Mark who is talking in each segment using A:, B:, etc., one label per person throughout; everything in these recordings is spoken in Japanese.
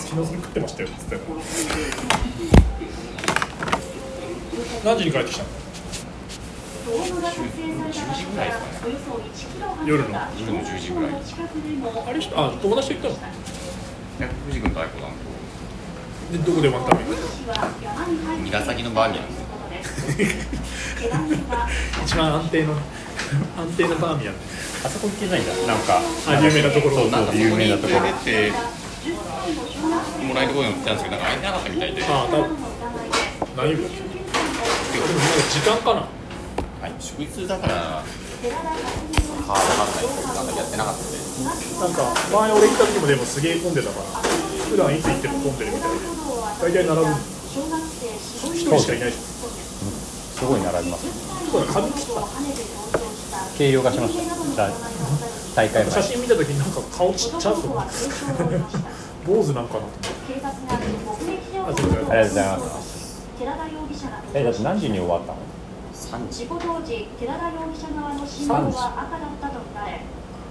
A: 昨日それ食ってましたよ」っつって何時に帰ってきたの
B: 夜
A: 夜の
B: の
C: 夜の10時ぐらい
A: あれあ友達と行ったの
C: で藤君と愛子さんと
A: でどこでワンタン麺
C: ニラ先のバーミヤンです
A: 一番安定の 安定のバーミヤン
D: あそこ行けないんだなんか
A: あ有名なところ
C: そうなんかそこ
D: 有名
C: に
D: な
C: 連
D: ところ
C: れてってもらえるところに行ったんですけどなんか空いてなかったみたいで
A: ああ多分何曜日だっけでもなんか時間かな
C: 祝日だからはあ分かんないなんかやってなかったんで
A: なんか前俺行った時もでもすげえ混んでたから普段いつ行っても混んでるみたいで大体並ぶ一人しかいないじゃ
D: すごい並びます
A: んそうだ髪切っ
D: 軽量化しましただ大会
A: た
D: 前
A: 写真見た時になんか顔ちっちゃと思って坊主なんかなと思ってあ全然
D: ありがとうございますえだって何時に終わったの
C: 3時
B: 事故当時、寺田容疑者側の信号は赤だったと捉え、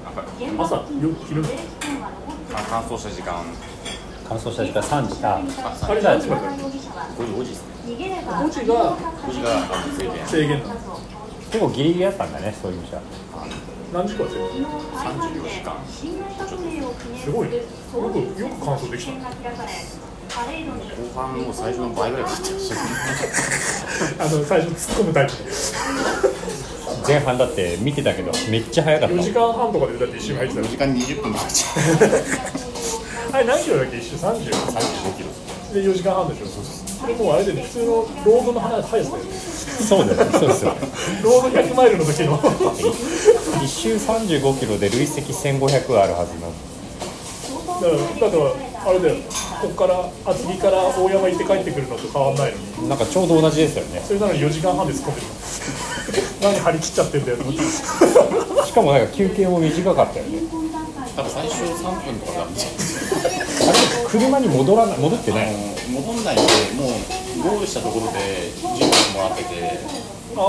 C: なんか
B: 現場付近にブレーキ痕は残ってい
C: あ
B: ます
C: 乾燥した時間
D: 乾燥した時間3時あ
A: あれ何時まで
C: 5時5時ですね
A: 文字が
C: 5時があの制限
A: 制限なの
D: 結構ギリギリだったんだねそういう意味じゃ
A: 何時間ですよ
C: 34時間
A: すごいねよくよく完走できたね
C: 後半もう最初の倍ぐらいかかっちゃいました
A: あの最初突っ込むタイプの
D: 前半だって見てたけどめっちゃ早かった
A: 4
D: もん
A: 時間半とかでだって一周入ってた
C: 4
A: ら
C: 時間20分かかっちゃ
A: あれ何キロだっけ一周30
C: う35キロ
A: で4時間半でしょこれもうあれでね普通のロードの速さだよね
D: そうだよねそうですよ
A: ロード100マイルの時のだ
D: 一周35キロで累積1500あるはずなの
A: からだからあれだよここから厚木から大山行って帰ってくるのと変わんないのに
D: なんかちょうど同じですよね
A: それなのに4時間半で突っ込んでる何張り切っちゃってんだよと思って
D: しかもなんか休憩も短かったよね
C: 多分最初3分とかだったんですよ
D: あれ車に戻らな戻って
C: あ
D: ない
C: の戻んないでもうゴールしたところで10分もらってて
A: あ
D: あ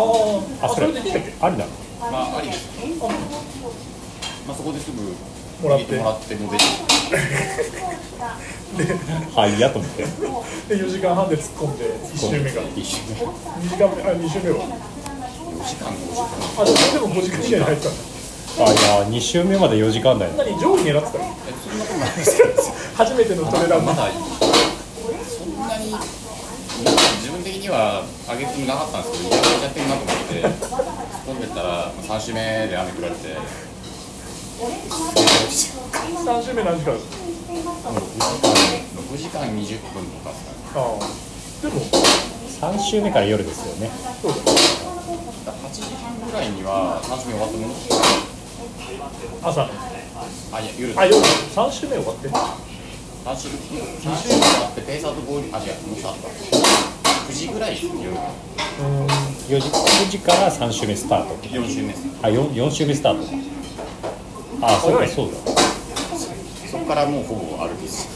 A: あ
D: そ
A: そ
D: れ
A: れできたっけ
D: ありなの
C: まあありですまあそこですぐ
A: もらっ
C: 入れ
A: て
C: もらっても出て
D: はいやと思って
A: で4時間半で突っ込んで1周目が2
C: 一周目
A: 時間目あ2周目は
C: 4時間50分
A: あでもそれでも5時間以内に入ってたんだ
D: あいや2周目まで4時間台なの
A: 何上位狙ってたの
C: えそんなことないですけど
A: 初めてのトレラン
C: ま
A: マ
C: だそんなに自分的には上げてもなかったんですけどやっちゃってるなと思って突っ込んでったらまあ3周目で雨降られて
A: 3周目何時間です
C: 6時間20分とかですかね
A: ああでも
D: 3周目から夜ですよね
A: そうだよ
C: だから8時半ぐらいには3周目終わったもの
A: 朝の
C: あいや夜だ
A: あ夜3周目終わって
C: 三週三週間あってペーサーと合流あ違うもうさ9時ぐらいです夜
D: 4時 ,4 時から3周目スタート
C: 4週目です
D: あ四 4, 周目スタートかあそうだそうだ
C: そこからもうほぼ歩きです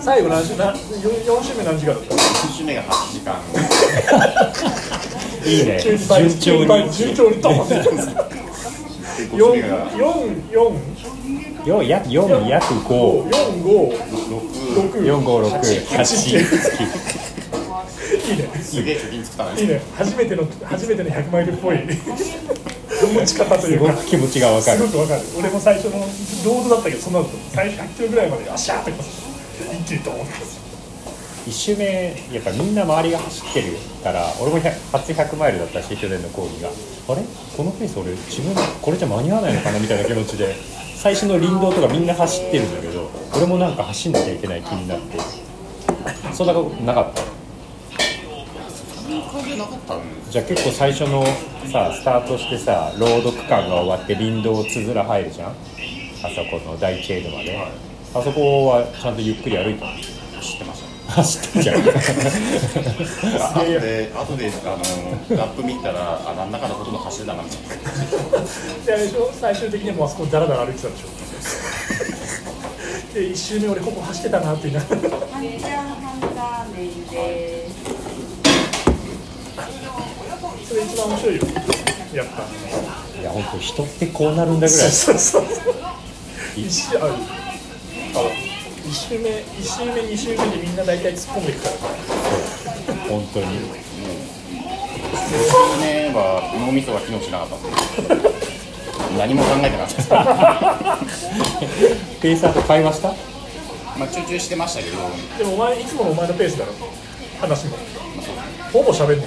A: 最後何周な 4, 周目何時間だった
C: 3週目が8時間
D: いいね
A: 順
D: 順
A: 調に
D: 調に
A: 順調にドン
C: で5週目が
A: 4445
D: 4約4約5
C: 6
D: 4568
A: いいね
C: すげえ貯金作ったん
A: いい
C: で
A: ね初めての初めての100マイルっぽい持ち方とい
D: す
A: うか
D: ごく気持ちがわか
A: す
D: る
A: ごくわかる俺も最初のロードだったけどそんなの最初100キロぐらいまであしゃーってこう一気にドーンって
D: 1周目やっぱみんな周りが走ってるから俺も100初100マイルだったし去年の講義があれこのペース俺自分これじゃ間に合わないのかなみたいな気持ちで最初の林道とかみんな走ってるんだけど俺もなんか走んなきゃいけない気になってそんなことなかった
C: 関係なかったんです
D: じゃあ結構最初のさスタートしてさロード区間が終わって林道つづら入るじゃんあそこの第一エイドまで、あそこはちゃんとゆっくり歩いたの
C: 知ってまし
D: 走ってんじ ゃん
C: た後で後であのラップ見たらあなんだかんだほとんど走ってたなみたいな
A: であれでしょ最終的にもうあそこダラダラ歩いてたでしょで一周目俺ここ走ってたなって言いながら
E: メジャーハンガーメンです。
A: それ一番面白いよやっぱ
D: いや本当人ってこうなるんだぐらい
A: そうそうそう一周ある
C: あ
A: 1周目、1周目、2周目でみんな大体突っ込んでいくから、
D: 本当に
C: 1年は脳みそが機能しなかったんで何も考えてなかったです
D: ペイさんと会話した
C: まあ集中してましたけど
A: でもお前、いつものお前のペースだろ、話も。ほぼ喋んねえよ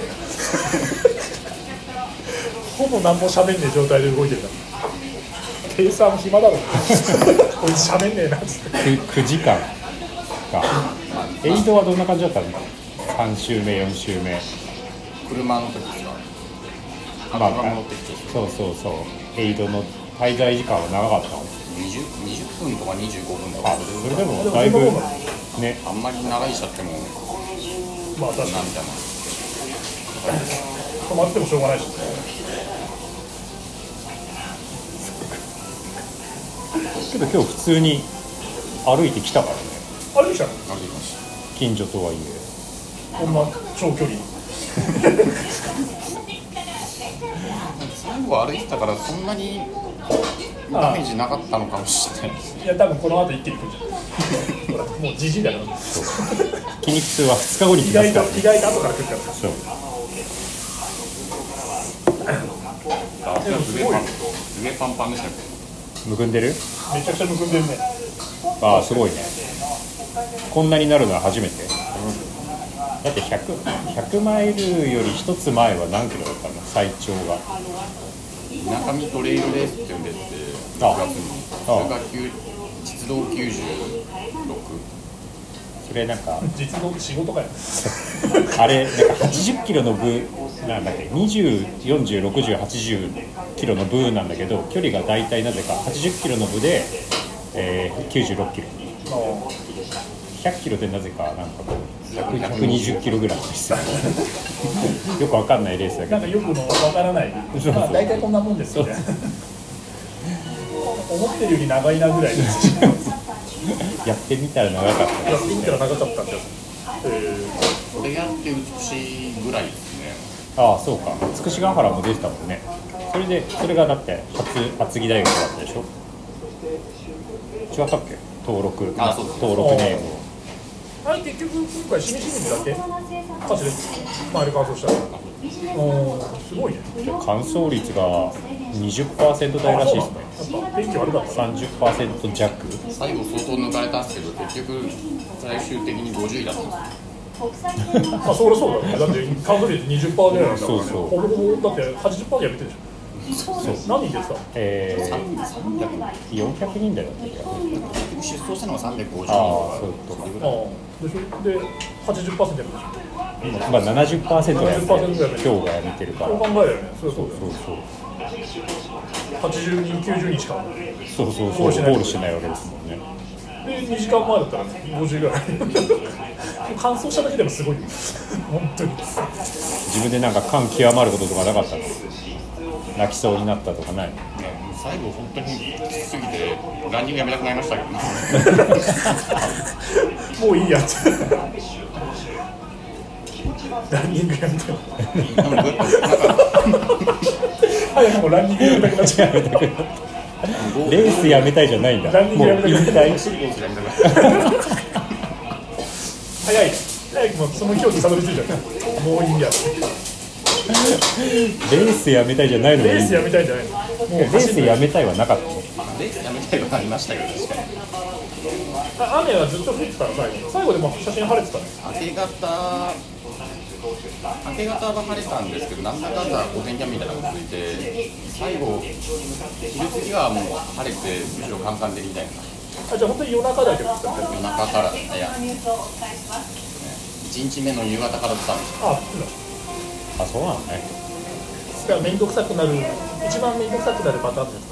A: ほぼ何も喋んねえ状態で動いてるから。ペーサーも暇だろ。こいつ喋んねえなっつって。
D: 9, 時間かエイドはどんな感じだったの3週目4週目
C: 車の時ですかあ
D: まあ
C: が戻ってきて
D: そうそうそうエイドの滞在時間は長かったの
C: 20, 20分とか25分と
D: あ
C: か
D: それでも
A: でも
D: だいぶ
A: そんなもんな
D: ね
C: あんまり長いしちゃってもな
A: まあ、確かに。
C: みたいな
A: 止まってもしょうがないし。
D: けど今日普通に歩いてきたからね
A: あれでしたの
C: なってきまし
D: 近所とはいえ
A: こんな長距離。
C: た最後歩いてたからそんなにダメージなかったのかもしれないですね
A: いや、多分この後一気に来るじゃん。ほらもうじじいだから。
D: 筋肉痛は2日後に
A: 意
D: 来ま
A: 外と、
D: すから
A: 意外と
D: ね
A: 後から来るから。
D: そう
C: あ
A: でもすごい
C: 上パン上パンパンでしたね
D: むくんでる
A: めちゃくちゃむくんでるね。
D: ああすごいねこんなになるのは初めて、だって 100, 100マイルより1つ前は何キロだったの最長が
C: みなかみトレイルレースって呼んでて6
D: あ
C: 月に
D: あ
C: それが急実動96
D: それなんか
A: 実の仕事かよ。
D: あれなんか80キロの部なんだっけ20406080キロの部なんだけど距離が大体なぜか80キロの部で、えー96キロ100キロでなぜかなんかこう120キロぐらいですよ よくわかんないレースだけ
A: な
D: ど
A: んかよくのわからない。
D: そうそう
A: まあ、大体こんなもんですよね。 思ってるより長いなぐらいです。
D: やってみたら長かった
A: やってみたら長かったんだよ。え
C: これやって美しいぐらいですね
D: ああそうかつくしヶ原も出てたもんねそれでそれがだって初厚木大学だったでしょ違ったっけ登録
C: あそうそう
D: 登録ネームを
A: ー、あれ結局今回しみしみだけ歌手です。まあ、あれ乾燥したら。おーすごいね。
D: 乾燥率が20%台らしいですね
A: やっぱ天気悪かったな。
D: 30%弱
C: 最後相当抜かれたんですけど結局最終的に50位だったんですよ
A: まあ、そりゃそうだよね。だって乾燥率20%ぐらいなんだから、ね。
D: そうそう
A: ほぼほぼだって80%でやめてるでしょ。何人ですか。
D: えー、
C: 300
D: 400人台だったっけ
C: 出走したのが350人とか
D: ああそういうこと
A: あ
D: か
A: あ、でしょ。で、80%でやめてるでしょ。
D: まあ70%がやめ
A: 70%
D: て
A: がやめてる
D: 今日がやめてるから
A: そう考えだよね。そりゃそうだよ
D: そ
A: ね
D: う。そう
A: 80人、90人しか。
D: そうそう
A: ゴールし
D: そう
A: ない
D: ゴールしないわけですもんね
A: で2時間前だったら50ぐらい乾燥しただけでもすごいよ本当に
D: 自分でなんか感極まることとかなかったの泣きそうになったと かない
C: いやもう最後本当にきつすぎてランニングやめなくなりま したけどね
A: もういいやってランニングやめて早くもうランニングやめたくなっちゃう
D: レースやめたいじゃないんだ
A: ランニン
D: も
A: グ
D: う
A: やめたく
D: 引
A: なっちゃう
D: 退
A: 早い早くもうその境にたどり着いちゃうもういいやって
D: レースやめたいじゃないのに
A: レースやめたいんじゃないの
D: レースやめたいはなかったの
C: レースやめたいことありましたけど確かに
A: あ雨はずっと降ってたら最後最後でも写真晴れてたね
C: 明け方明け方は晴れたんですけどなんだかんだお天気雨みたいなのが続いて最後昼過ぎはもう晴れてむしろカンカンでみたいな
A: あじゃあ本当に夜中だけど降ったみたいな
C: 夜中からいや1日目の夕方からだったんですよ
A: あ降ってた
D: あそうなのね
A: だから面倒くさくなる一番面倒くさくなるパターンです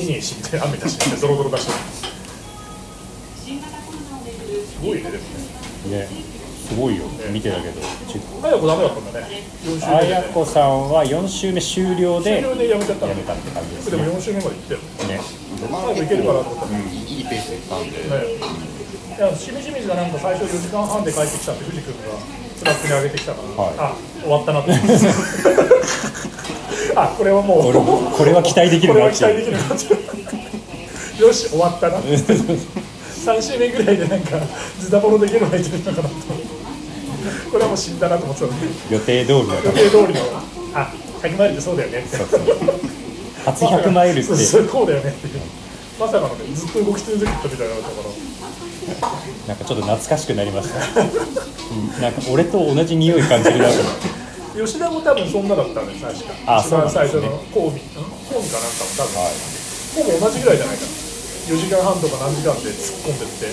A: ね見えねえしみたいな雨だしゾロゾロだしすごいねでもね
D: ねすごいよ見てたけどち
A: あやこダメだったんだね4週目
D: あ
A: で
D: やこさんは4週目終了
A: 終
D: で
A: 了でやめちゃったの
D: やめたって感じです
A: で
D: ね
A: も4週目まで行ったよ
D: ね
C: ロマ
A: 最
C: ン
A: 後いけるかなと思ったね
C: うんいいペースで行ったんで、
A: いやしみじみじがなんか最初4時間半で帰ってきたって藤君がスラックに上げてきたから、
D: はい
A: あ終わったなと 思ってあこれはもう
D: 俺もこれは期待できる
A: これ
D: な
A: は
D: っ
A: 期待で
D: て
A: きるなってよし終わったなそ3周目ぐらいでなんかズタボロでゲロ吐いてるのかなとこれはもう死んだなと思ってたので
D: 予定通りだか
A: 予
D: ら
A: 定通りのあ100マイルってそうだよねって
D: そうそう初100マイルって
A: そうそうこうだよねってまさかのねずっと動き続けてたみたいなところ
D: なんかちょっと懐かしくなりました うんなんか俺と同じ匂い感じるなと思って
A: 吉田も多分そんなだったんです確か
D: あ
A: 一番
D: そうなん
A: 最
D: です
A: 初
D: ね
A: のコービコービかなんかも多分、ほぼ同じぐらいじゃないかな4時間半とか何時間で突っ込んでって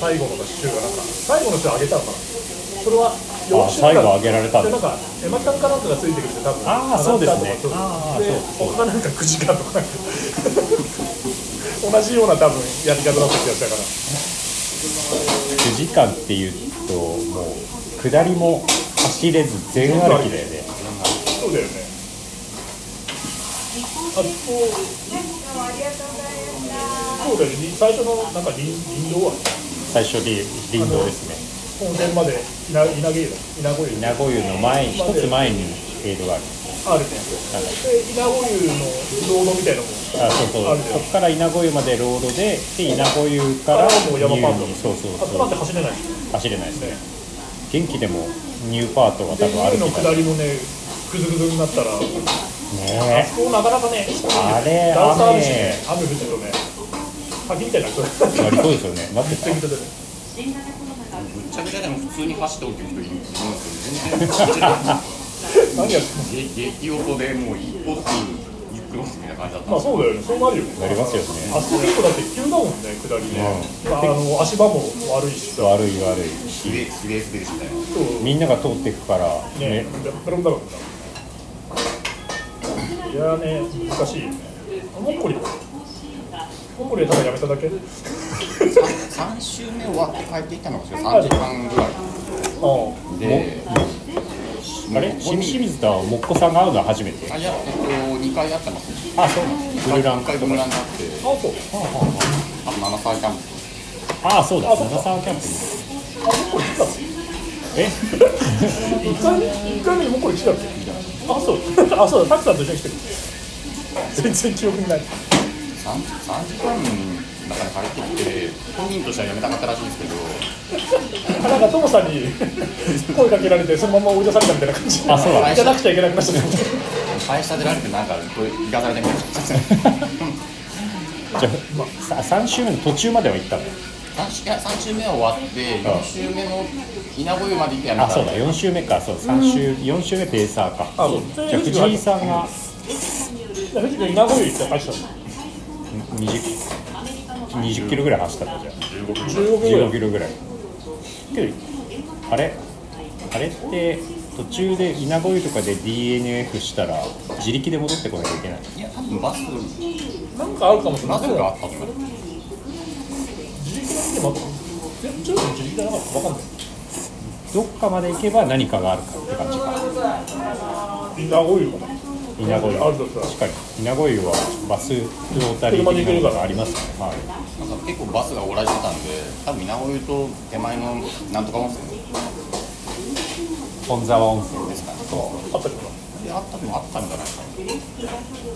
A: 最後の週がなんか最後の週上げたのかなそれは4週間
D: 最後上げられたん
A: で
D: だ
A: なんかエマタンかなんかがついてくれて多分
D: あーそうですね
A: 上が
D: あ
A: ったとか
D: ー
A: そうで他なんか9時間とか同じような多分やり方だった気がしたから
D: 9時間っていうともう下りも走れず全歩きだよね
A: そうだよねあとそうだよね、最初のなんか林林道は
D: 最初で林道ですね
A: 本線まで稲稲毛湯だ稲子湯
D: 名古屋の前に一つ前にエイドがある
A: あるねで稲子湯の道路みたいなのも
D: あそうそ
A: あ
D: う
A: るね
D: そこから稲子湯までロードでで稲子湯から
A: あもう
D: ニュ
A: 山パー
D: ー
A: ト
D: にそうそう
A: あそこな
D: そ
A: んて走
D: う
A: れない
D: 走れないですね元気でもニューパートは多
A: でニューの
D: 分歩き
A: 下
D: だね
A: りもねぐずぐずになったらあ
D: え
A: そこなかなかね
D: あれ
A: ダウンサービス
D: 雨
A: ね雨降ってるとね滝みたいになっちゃうぐ
D: なりそうですよねなって
A: ちゃぐちゃでね
C: ぐっちゃぐちゃでも普通に走っておきる人いるんですけど全然走れない
A: 何やっても
C: げ激音でもう一歩ずつゆっくりみたいな感じだったん
A: まあ
C: です
A: そうだよねそうなるよね
D: なりますよね
A: あそこ結構だって急だもんね下りね、まあ、あの足場も悪いしさ
D: 悪い悪い
C: ひれひれ滑りみたいな
A: そう
D: みんなが通っていくから
A: ね
D: ね、
A: ペロンだろういやーね、難しいよね。モッコリはモッコリはただやめただけあ
C: 3週目終わって帰ってきたのが3時間ぐらい
A: あ、
C: で
D: あれ清水とはもっこさんが会うのは初めて
C: あいやえっと2回やってますね
D: あそうブルラ
C: 1
D: ンカ
C: 回
D: と
C: ブルラ
D: か
C: ンがあって
A: あそう。
C: あと7歳キャンプ
D: あそうだ
A: あそうか
D: 長沢キャンプ
A: あ、
D: に
A: モッコリ来たの
D: え
A: 一回目、一回目にモッコリ来たっけあ、 そう。あ、そうだ。タクさんと一緒に来てる。全然記憶にない。
C: 3, 3時間の中に帰ってきて本人としてはやめたかったらしいんですけど
A: あなんかトモさん に声かけられて、そのまま追い出されたみたいな感じ。
D: あそうだ
A: じゃなくちゃいけなくなっちゃ った。
C: 会社出られてなんかこれいかされてみたいな
D: じゃあさ3週目の途中までは行ったの
C: 3週いや 三週目は終わって4週目の稲子湯まで行ってやめた
D: あそうだ4週目かそう三週4週目ペーサー
A: あ
D: か
A: そう
D: じゃあ藤井さんが
A: じゃあ、藤君、名古屋行って走ったの。
D: 20 20キロぐらい走ったんだじゃあ
A: 15分ぐら
D: 15
A: い。
D: キロぐらいけどあれあれって途中で稲子湯とかで DNF したら自力で戻ってこなきゃいけない
C: いや多分バス
A: なんかあるかもしれな
C: バ
A: い
C: ス。があったとか
A: 自力なんてまだ。いや、ちょっと自力じゃなかった。わかんない。
D: どっかまで行けば何かがあるかって感じか
A: みんな多いのかな。
D: 稲子湯
A: あるとしたら
D: 確かに稲子湯はバスロータリー的なのがありますからはい
C: なんか結構バスがおられてたんで、多分稲子湯と手前のなんとか温泉
D: 本沢温泉
C: ですかね。
A: あったけどな。
C: で、あったのもあったんじゃな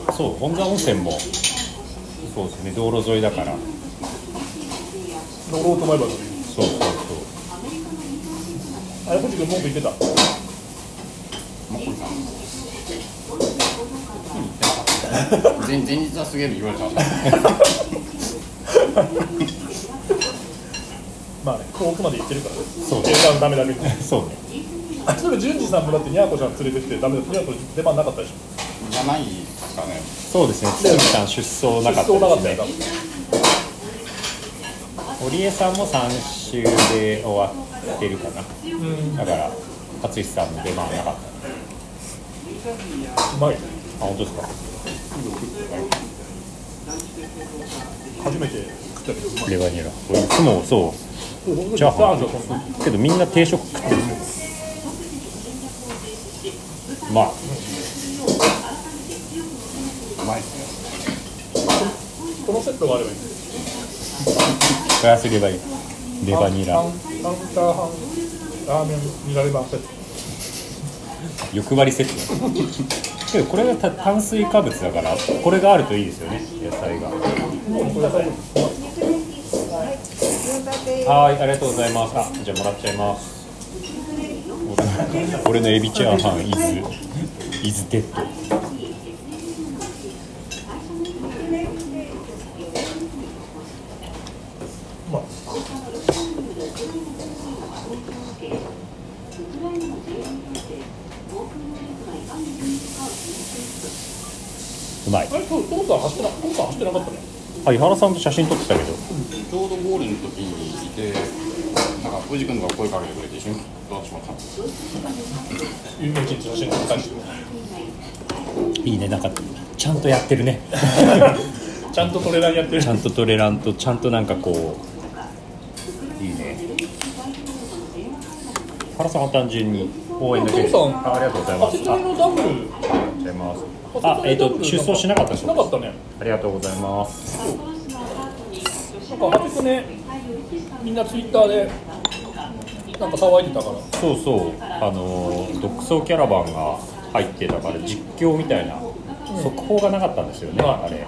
C: いか
D: そう本沢温泉もそうですね道路沿いだから
A: 乗ろうと思えば乗れる
D: そうそうそう
A: あれ藤君文句言ってた
C: な。もうこれさん。前前日はすげえ言われてました。
A: まあね遠くまで行ってるから
D: そう
A: え
D: ね
A: ーダメダメダメ
D: そうね
A: あそういえば淳二さんもだってにゃーこちゃん連れてってダメだってにゃーこ出番なかったでしょ
C: じゃないですかね。
D: そうですね堤さん出走なかっ
A: 出走なか
D: た
A: っ
D: で
A: た
D: す
A: よ
D: ね
A: 多分
D: 堀江さんも3週で終わってるかなだから勝石さんも出番はなかった
A: うまい
D: あ本当ですか
A: 初めて食ったけどうまい
D: レバニラいつもそう
A: そう
D: チャーハン
A: チャーハン
D: けどみんな定食食ってるんですよまあ
C: うまいですね。
A: このセットがあればいいんだよ
D: プラスレバニラレバニラ
A: 半半半チャーハンラーメンニラレバンセット
D: 欲張りセットけどこれがた炭水化物だからこれがあるといいですよね野菜が
A: もうこれ最後
F: 中華です。
D: はい、ありがとうございます。あ、じゃあもらっちゃいます。俺のエビチャーハン、イズ、イズデッド。
A: まあ
D: うまい。
A: あれ今日トロさん走ってなトロさん走ってなかったね
D: あ、井原さんと写真撮ってたけど。
C: ちょうどゴールの時にいて、なんか藤君が声かけてくれて一緒にどうしました。
A: 有名人と写真撮ったりして
D: いいね、なんか、ちゃんとやってるね。
A: ちゃんとトレーラーやってる
D: ちゃんとトレランと、ちゃんとなんかこう。いいね。原さんは単純に応援だけ。
A: お父さん
D: あ、ありがとうございま
A: あ
D: す。
A: 説
D: あ、あ
A: 明
D: りがと
A: のダブル
D: うございます。
A: あ
D: あ、えっ、
A: ダブルなん
D: と、
A: か
D: 出走しなかったそう
A: な
D: で
A: か
D: す
A: ったね
D: ありがとうございます。
A: なんかあれとねみんなツイッターでなんか騒いでたから
D: そうそう、あのー、独走キャラバンが入ってたから、実況みたいな。速報がなかったんですよね、あれ。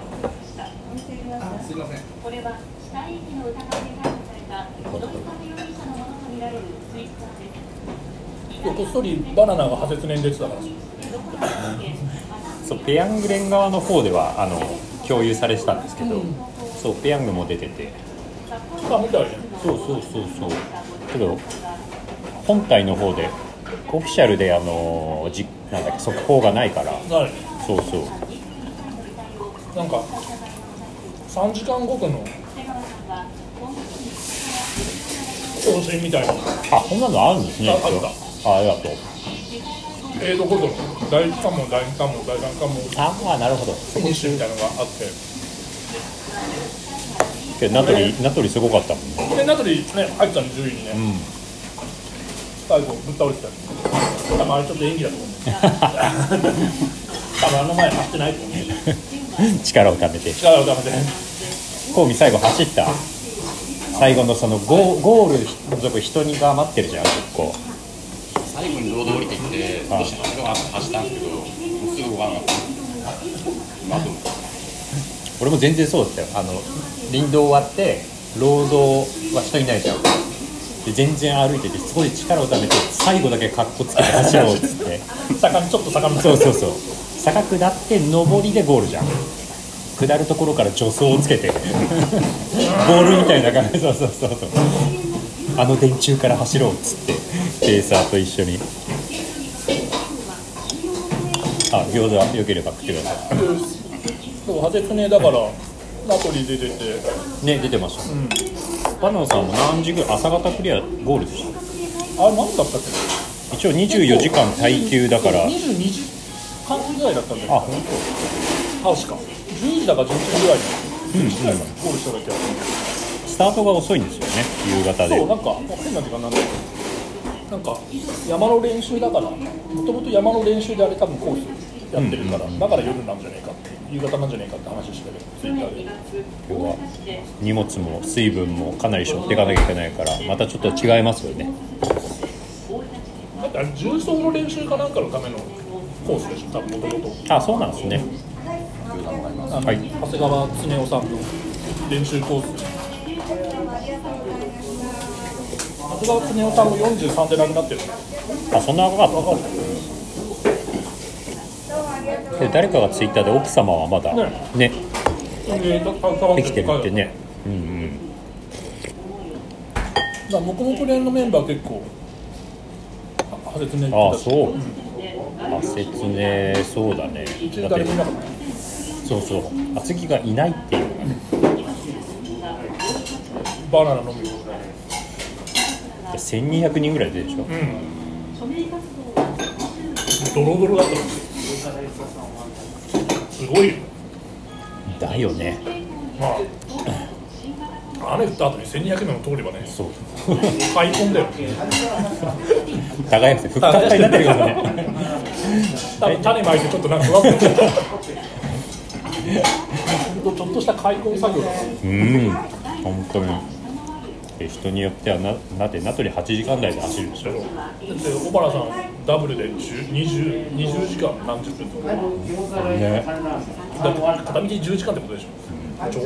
C: すいません。
B: これは死体遺棄の疑いで逮捕された土方容疑者のものとみられるツイッターです。
A: 今日こっそりバナナが破切年出てたから
D: そうペヤング連側の方ではあの共有されてたんですけど、そうペヤングも出てて
A: あ見たよね
D: そうそうそうそうけど本体の方でオフィシャルであのじなんだっけ速報がないから
A: 誰
D: そうそう
A: なんか3時間ごとの更新みたいな
D: あこんなのあるんですね
A: あ
D: 一応
A: あっ
D: あありがとう
A: えーとごとの第1関門第2関門第3関門
D: ああなるほど
A: フィニッシュみたいなのがあって
D: けど名取名取すごかったもんね
A: で、ナトリね、入ったの10位にね、最後、ぶっ倒れてたよ。多分あれちょっと演技だと思う。多分あの前走ってないと思う。
D: 力をためて
A: 力をためて。
D: コウ最後走った最後のそのゴーゴールのとこ人にが待ってるじゃん結構
C: 最後にロード降りてきて、少し後ろが走ったんですけど、もうすぐ終わんなかった。今と思って
D: 俺も全然そうだったよあの林道終わって労働は人いないじゃんで全然歩いててそこで力をためて最後だけ格好つけて走ろうっつって
A: 坂ちょっと坂道。
D: そうそうそう坂下って上りでゴールじゃん下るところから助走をつ けてボールみたいな感じそうそうそうそうあの電柱から走ろうっつってペーサーと一緒にあ餃子よければ食ってくださ
A: そう、ハゼツネだから、ナトリ出てて、
D: いね出てました、バナナさんも何時ぐらい朝方クリアゴールでした
A: あれ何だったっ
D: 一応24時間耐久だから
A: け ?22 時半ぐらいだったんだよ。
D: あ本
A: 確か。10時だか11時ぐらいに。11時ぐらいかなゴールしただけある
D: 当スタートが遅いんですよね夕方
A: そう、
D: で
A: なんか、もう変な時間なんだよ。なんか、山の練習だから、もともと山の練習であれ多分コースやってるから、だから夜なんじゃねえかって、夕方なんじゃねえかって話してたけど、ツイッターで。
D: 今日は荷物も水分もかなり背負っていかなきゃいけないからまたちょっと違いますよね
A: だってあれ、重走の練習かなんかのためのコースでしょ、多分もともと。
D: あそうなんですね
A: あの
D: はい
A: 長谷川恒夫さんの練習コース。長谷川恒夫さんも43で亡くなってる。
D: あそんな赤かったで誰かがツイッターで奥様はまだ
A: ね
D: ね
A: えーと長谷川
D: 生きてるってねうんうん
A: だから黙々連のメンバー結構あ破裂ね
D: ああそうあ説明そうだ
A: う
D: ね
A: ち
D: だっ
A: 誰
D: て
A: もいなかった
D: そうそう厚木がいないっていう
A: バナナ飲み
D: 1200人ぐらい出るでしょ
A: ドロドロだったのすごいよ
D: だよね
A: まあ雨降った後に1200名も通ればね
D: そう
A: 開墾だよ
D: 互い合わせ復活になってるからね
A: 多分種まいてちょっとなんかふわっとほんとちょっとした開墾作業だね
D: うん本当にえ人によってはななって名取8時間台で走るでしょ
A: だって小原さんダブルで10 20, 20時間何十分とかだ
D: ね
A: って片道10時間ってことでしょちょう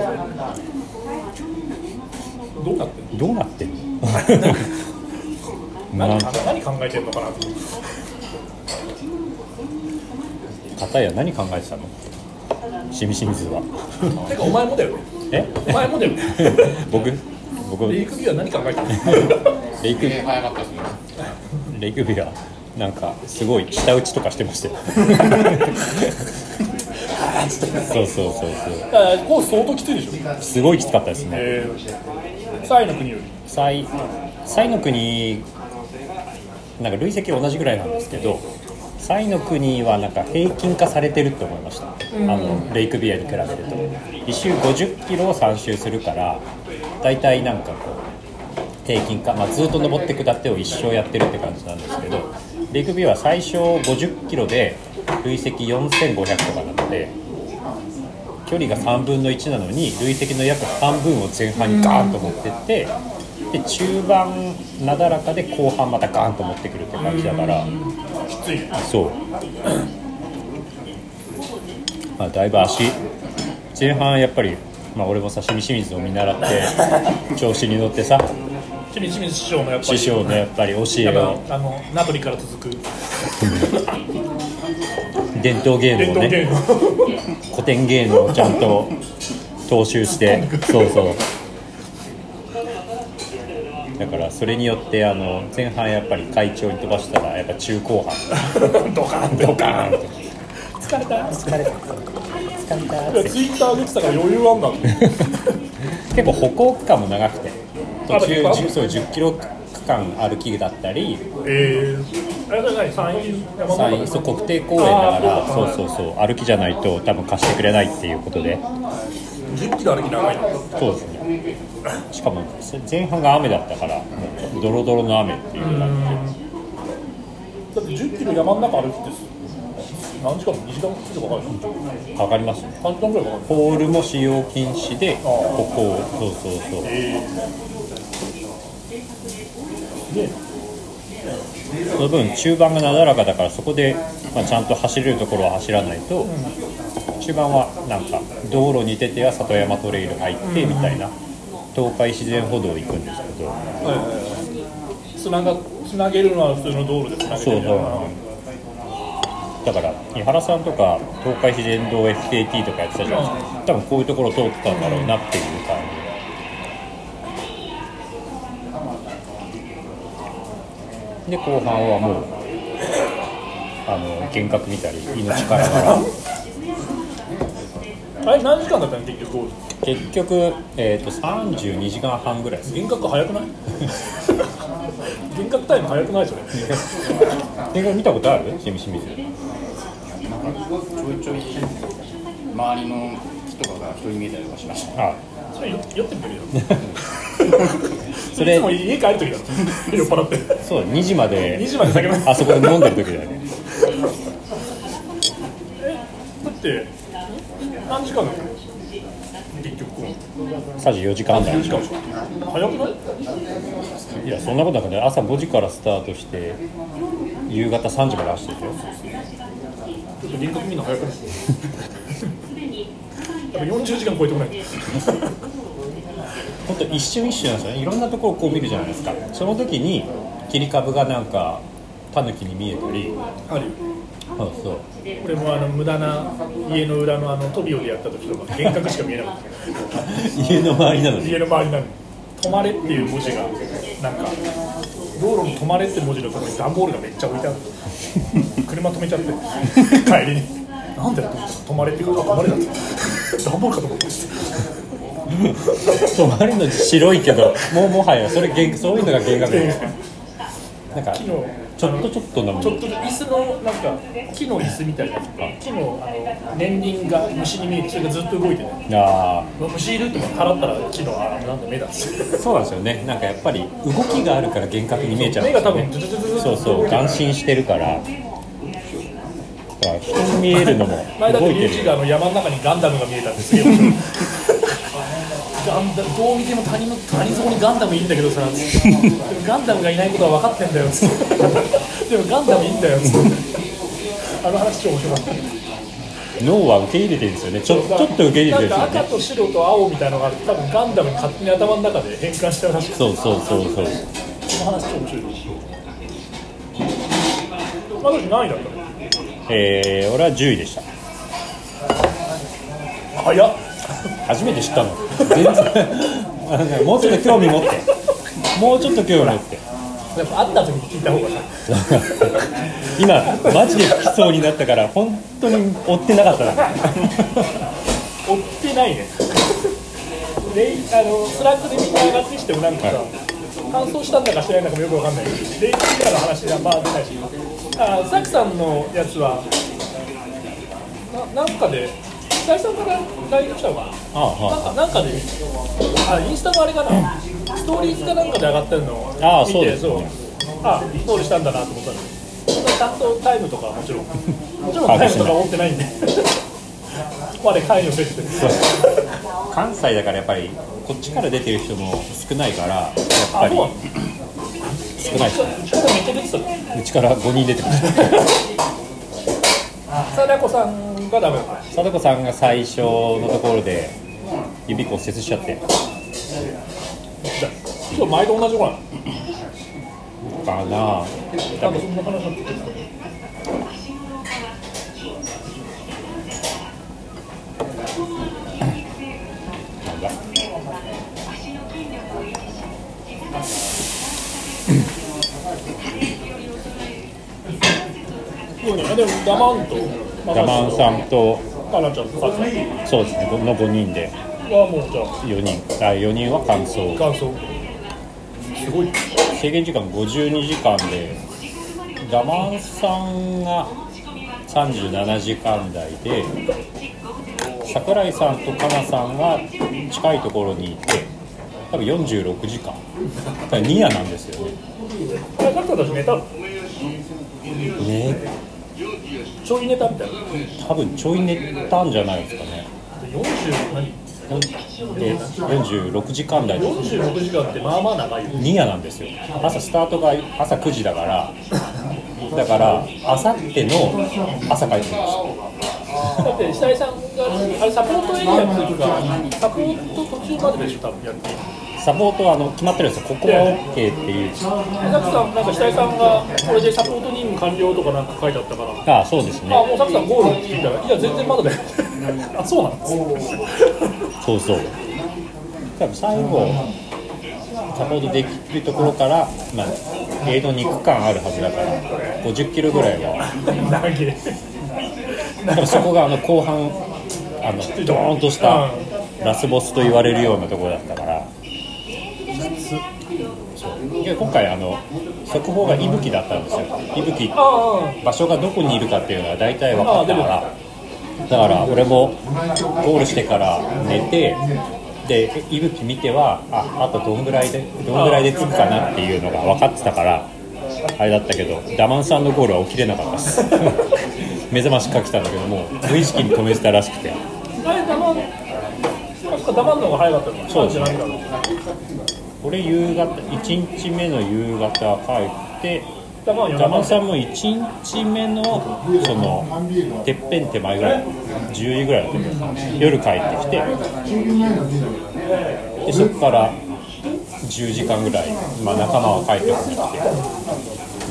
A: どどうなってんの
D: どうなってんのなん
A: 何
D: か
A: 何考えてんのかなって
D: 片や何考えてたのしみしみずは
A: てかお前もだよね
D: え
A: お前もだよね
D: 僕僕
A: レ
D: レ
A: イクビューは何考えてんの
D: イク
C: え早かったですね
D: レイクビュアなんかすごい舌打ちとかしてましたよそうそうそうそ
A: だからコース相当きついでしょ
D: うすごいきつかったですね
A: えー、サイの国より
D: サイサイの国なんか累積同じぐらいなんですけどサイの国はなんか平均化されてるって思いました、あのレイクビアに比べると1周50キロを3周するから大体なんかこう平均化、まあ、ずっと登って下ってを一生やってるって感じなんですけどレイクビアは最初50キロで累積4500とかなので距離が3分の1なのに累積の約半分を前半にガーンと持ってって、で中盤なだらかで後半またガーンと持ってくるって感じだから、
A: きついね
D: そう、まあ、だいぶ足前半やっぱり、まあ、俺もさ清水水を見習って調子に乗ってさ
A: 清水清水師匠のやっぱり
D: 師匠のやっぱり教
A: や
D: えを
A: っぱあの名取から続く
D: 伝統芸
A: 伝
D: 能を
A: 統
D: ね
A: 芸能
D: 古典芸能をちゃんと踏襲してそうそうだからそれによってあの前半やっぱり会長に飛ばしたらやっぱ中後半
A: ドカン
D: ドカーンと
A: 疲れた
D: 疲れた疲れたっ
A: いやツイッター上げてたから余裕あんだもん
D: 結構歩行区間も長くて途中
A: あ
D: 10そう10キロ区間歩きだったり
A: えー、あれじゃない山陰山本
D: 山陰そう国定公園だか
A: あ
D: ら
A: ー
D: そうそうそう歩きじゃないと多分貸してくれないっていうことで
A: 10キロ歩き長いな
D: そうですねしかも前半が雨だったからもうドロドロの雨っていう感じ
A: だって10キロ山の中歩きって何時間も2時間以上かかるでしょ
D: でかかりますね
A: 3時間ぐらいかかる
D: ポールも使用禁止でここをそうそうそう
A: で
D: その分中盤がなだらかだからそこで、まあ、ちゃんと走れるところは走らないと、中盤はなんか道路に出ては里山トレイル入ってみたいな、東海自然歩道行くんですけど、
A: つながつなげるのは普通の道路でつなげてる
D: そうだから井原さんとか東海自然道 FKT とかやってたじゃないですか多分こういうところ通ってたんだろうなっていう感じで後半はもうあの幻覚見たり命からがら。
A: あれ何時間だったの結局ゴール
D: 結局、えー、と32時間半ぐらいです
A: 幻覚早 くない幻覚タイム早くないそれ
D: 映画見たことある清水清水
C: なんかちょいちょい周りの木とかが人に見えたりとかしま した
D: あ
A: それ酔酔ってみてるよ
D: それ
A: いつも家帰る 時だろ酔っ払って
D: そう2時まで
A: 2時まで酒飲む
D: あそこで飲んでる時だよね
A: だって何時間だったの結局
D: 34時間だ
A: 4時間でしょ早くない
D: いやそんなことなくて朝5時からスタートして夕方3時まで走ってるよ
A: ちょっと輪郭見るの早くないやっぱ40時間超えてこない
D: ほんと一瞬一瞬なんですよねいろんなところをこう見るじゃないですかその時に切り株がなんかタヌキに見えたり
A: あるよ
D: そうそう
A: 俺もあの無駄な家の裏のあのトビオでやった時とか幻覚しか見えなかった
D: 家の周りなのに
A: 家の周りなのに「止まれ」っていう文字がなんか道路の「止まれ」って文字のところに段ボールがめっちゃ置いてある車止めちゃって帰りに「なんで?」って思ったら「止まれ」って言うから「あ止まれ」だって段ボールかと思って
D: 周りの白いけどもうもはやそれ幻そういうのが幻覚だよなんか
A: 木の
D: ちょっとちょっとなもん
A: ちょっと椅子のなんか木の椅子みたいなとか木のあの年輪が虫に見えてそれがずっと動いてね
D: あ
A: うわ虫いるって思って払ったら木のあなんだ目だし
D: あそうなんですよねなんかやっぱり動きがあるから幻覚に見えちゃうん
A: 目
D: で
A: が
D: す
A: 多
D: よ
A: 分ズ
D: ね
A: ズズズズズ
D: そうそう眼神してるからだから人に見えるのも
A: 前だって
D: 動い
A: リュウ
D: て
A: ジ
D: る
A: があの山の中にガンダムが見えたんですよガンダムどう見ても谷の谷底にガンダムいるんだけどさでもガンダムがいないことは分かってんだよつってでもガンダムいいんだよつってあの話超面白かった
D: 脳は受け入れてるんですよねちょちょっと受け入れてるんです
A: なん
D: よ
A: か
D: ね
A: 赤と白と青みたいなのがあって多分ガンダムに勝手に頭の中で変換したらしくて
D: そうそうそうそう
A: その話超面白いです私何位だったの
D: えー、俺は10位でした
A: 早っ
D: 初めて知ったの全然あのねもうちょっと興味持ってもうちょっと興味持って
A: やっぱ会った時に聞いた方がさ
D: 今マジで不きそうになったから本当に追ってなかったな
A: 追ってないねレイあのスラックでみんな上がってきてもなんかさ、
D: は
A: 乾燥したんだかしてないんだかもよくわかんないけどレイキーラーの話はまあ出ないしあサクさんのやつはななんかで久井さんから LINE 来たのか
D: ああ
A: ななん
D: は
A: かなんかであインスタのあれかなストーリーズかなんかで上がってるのを見て
D: ああそうです
A: そうあストーリーしたんだなと思ったんですちゃんとタイムとかはもちろんもちろんタイムとか持ってないんで我関与せず
D: あ 関西だからやっぱりこっちから出てる人も少ないからやっぱ
A: あ
D: り
A: そう
D: 少ないですね
A: 力めっちゃ出てたの
D: うちから5人出てました
A: 貞子さんがダメだった
D: 貞子さんが最初のところで指骨折しちゃって
A: 今日毎度同じ子なの
D: かな
A: なんかそんな話になってた
D: なんだ
A: そうねでもダマンと
D: ダマンさんと
A: カナちゃんとカズ
D: そうですねこの5人で
A: はもうじゃあ
D: 4人あ4人は完走
A: 感想すごい
D: 制限時間52時間でダマンさんが37時間台で桜井さんとかなさんが近いところにいて多分46時間だからニアなんですよね
A: あれカズたちネタ
D: ね
A: ちょいネタみたいな
D: 多分ちょい寝たんじゃないですかね
A: 40何
D: ほんで46時間台です
A: 46時間ってまあまあ長いよ
D: ニアなんですよ朝スタートが朝9時だからだからあさっての朝帰ってきました
A: だって久井さんがあれサポートエリアの時かサポート途中まででしょ多分やって
D: サポートはあの決まってるんですよ、ここは OK っていう、
A: サクさんなんか久井さんがこれでサポート任務完了とかなんか書いてあったから
D: ああそうです
A: あ
D: ね、
A: もうサクさんゴールって聞いたら、いや、全然まだだよ、あそうなんです、
D: そうそう、多分最後、サポートできるところから、まあ、エイドに区間あるはずだから、50キロぐらいは、
A: 長い、
D: 多分そこがあの後半、あのドーンとしたラスボスと言われるようなところだったから、そうで今回あの、速報が息吹だったんですよ。息吹
A: あ
D: 場所がどこにいるかっていうのは大体分かったからだから俺もゴールしてから寝てで息吹見てはああとどんぐらいでどんぐらいで着くかなっていうのが分かってたからあれだったけどダマンさんのゴールは起きれなかったです 目覚ましかけたんだけどもう無意識に止めてたらしくて
A: あ、あれ、黙ん、あそっか、黙んの方が早かったのか、
D: そうですね
A: じゃないから、
D: 俺夕方1日目の夕方帰って
A: 黙んよ、
D: ダマ
A: 黙
D: ン
A: ん、
D: さんも1日目のそのてっぺん手前ぐらい10時ぐらいだったけど夜帰ってきてでそこから10時間ぐらい、まあ、仲間は帰ってこなくて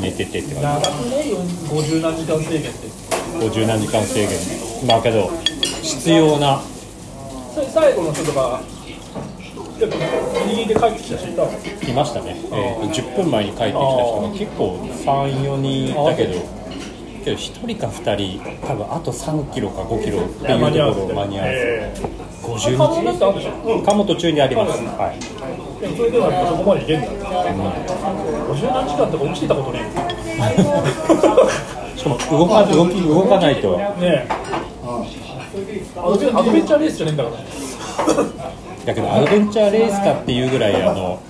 D: 寝ててって感
A: 50何時間制限って、
D: じ50何時間制限まあけど必要な
A: さ最後の人とか、やっぱ、ギリギリで帰ってきた人いたの
D: 来ましたね、えーと10分前に帰ってきた人が結構34人いたけどけど1人か2人多分あと3キロか5キロっていうところを間に合わせ
A: ええ
D: 50
A: 可能
D: 日
A: なってあるでしょ、
D: かも途中にあります。はい。
A: でもそれでもやっぱそこまでいけんだ、50何時間とか起きてたことね
D: しかも動か動き動かないと。
A: え、ねえ、アドベアドベンチャーレースじゃねえんだから、
D: だけどアドベンチャーレースかっていうぐらいあの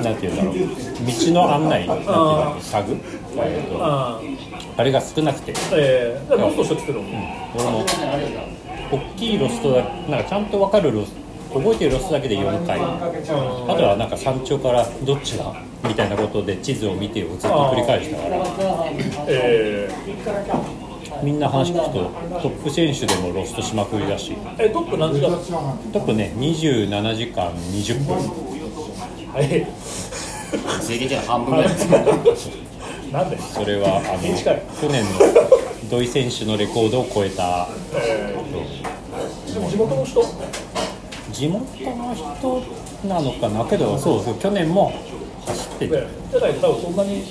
D: なんていうんだろう。道の案内なんていうんだっけタグ、えーと
A: あー
D: あれが少なくて、
A: ええ、だからどうぞしょって言ってたの
D: 俺も大きいロストだなんかちゃんとわかるロス覚えてるロストだけで4回。あとはなんか山頂からどっちがみたいなことで地図を見てをずっと繰り返したから。
A: ええ
D: みんな話聞くとトップ選手でもロストしまくりだし
A: えトップ何時だった
D: トップね27時間20分
A: え
C: 制限時間半分ぐらいですね
A: なんで
D: それはあ
A: 短い
D: の去年の土井選手のレコードを超えた
A: でも地元の人
D: 地元の人なのかなけどそうそう去年も走ってて
A: でじゃないと多分そんなに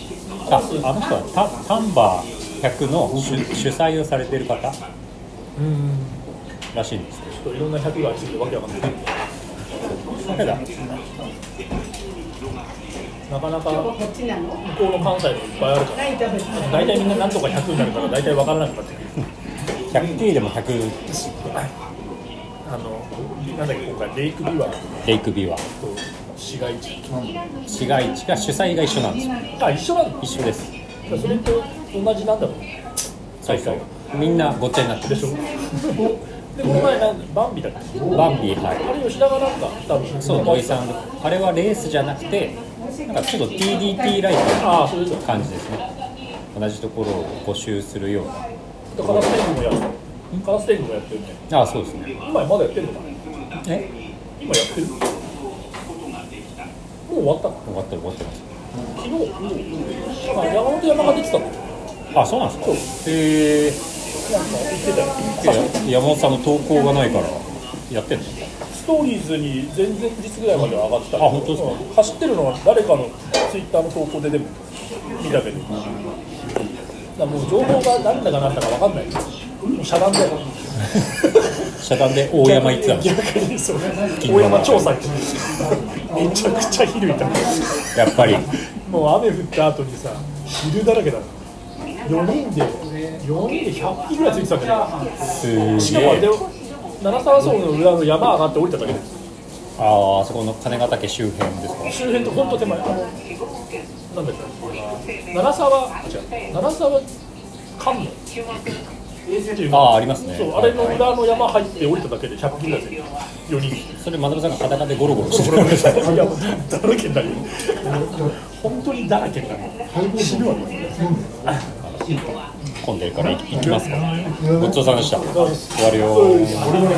D: ああの人はタタンバー100の主主催をされてる方
A: うん
D: らしいんですけ
A: ちょっといろんな100がついてるわけわかんない
D: どただ
A: なかなか
E: こ
A: 向
E: っちなの
A: こうの関西もいっぱいあるから
E: ライトですね
A: 大体みんな何とか100になるから大体わからなくなってくる
D: 100K でも100
A: あのなんだっけ今回レイクビワー
D: レイクビワ
A: と市街地
D: 市街地が主催が一緒なんですよ
A: あ一緒なんだ
D: 一緒です
A: それと同じなんだろう
D: そうそうみんなごっちゃになって
A: で
D: る
A: しょでこの前なんバンビだっけ
D: バンビーはい
A: あれ吉田がなんか多分
D: そう土井さんあれはレースじゃなくてなんかちょっと TDT ライ
A: ああそれで
D: トな感じですね同じところを募集するよう
A: だからカラステングもやるカラステングもやってるね
D: なああそうですね
A: 今まだやってるのかな
D: え
A: 今やってるもう終わった
D: 終わってる終わってます
A: 昨日あ山本山が出てたのなんか
D: あそうなんですかへえ
A: 言ってたよ
D: 山本さんの投稿がないからやってんの
A: ストーリーズに前々日ぐらいまでは上がってた
D: あ本当ですか
A: うん走ってるのは誰かのツイッターの投稿ででも見たけど、だからもう情報が何だか何だか分かんないもう遮断だよ
D: 遮断で大山行ってたんですよ
A: 逆にそう大山調査行ってためちゃくちゃ昼いた
D: やっぱり
A: もう雨降った後にさ昼だらけだ4人で4人で100匹ぐらいついてたけど
D: す
A: しかもあれ
D: げ
A: で
D: え
A: 七沢荘の裏の山上がって降りただけで
D: あああそこの金ヶ岳周辺ですか
A: 周辺とほんと手前あのなんだっけ七沢あ違う七沢観音っていう
D: ああありますね
A: そうあれの裏の山入って降りただけで100匹ぐらいついて4人
D: それマドロさんが裸でゴロゴロして
A: これ
D: る
A: 俺さ いやもうだらけになるよ本当にだらけになる死ぬわこれ
D: 混んでるから行きますかごちそうさまでした終わるよ
A: 俺もね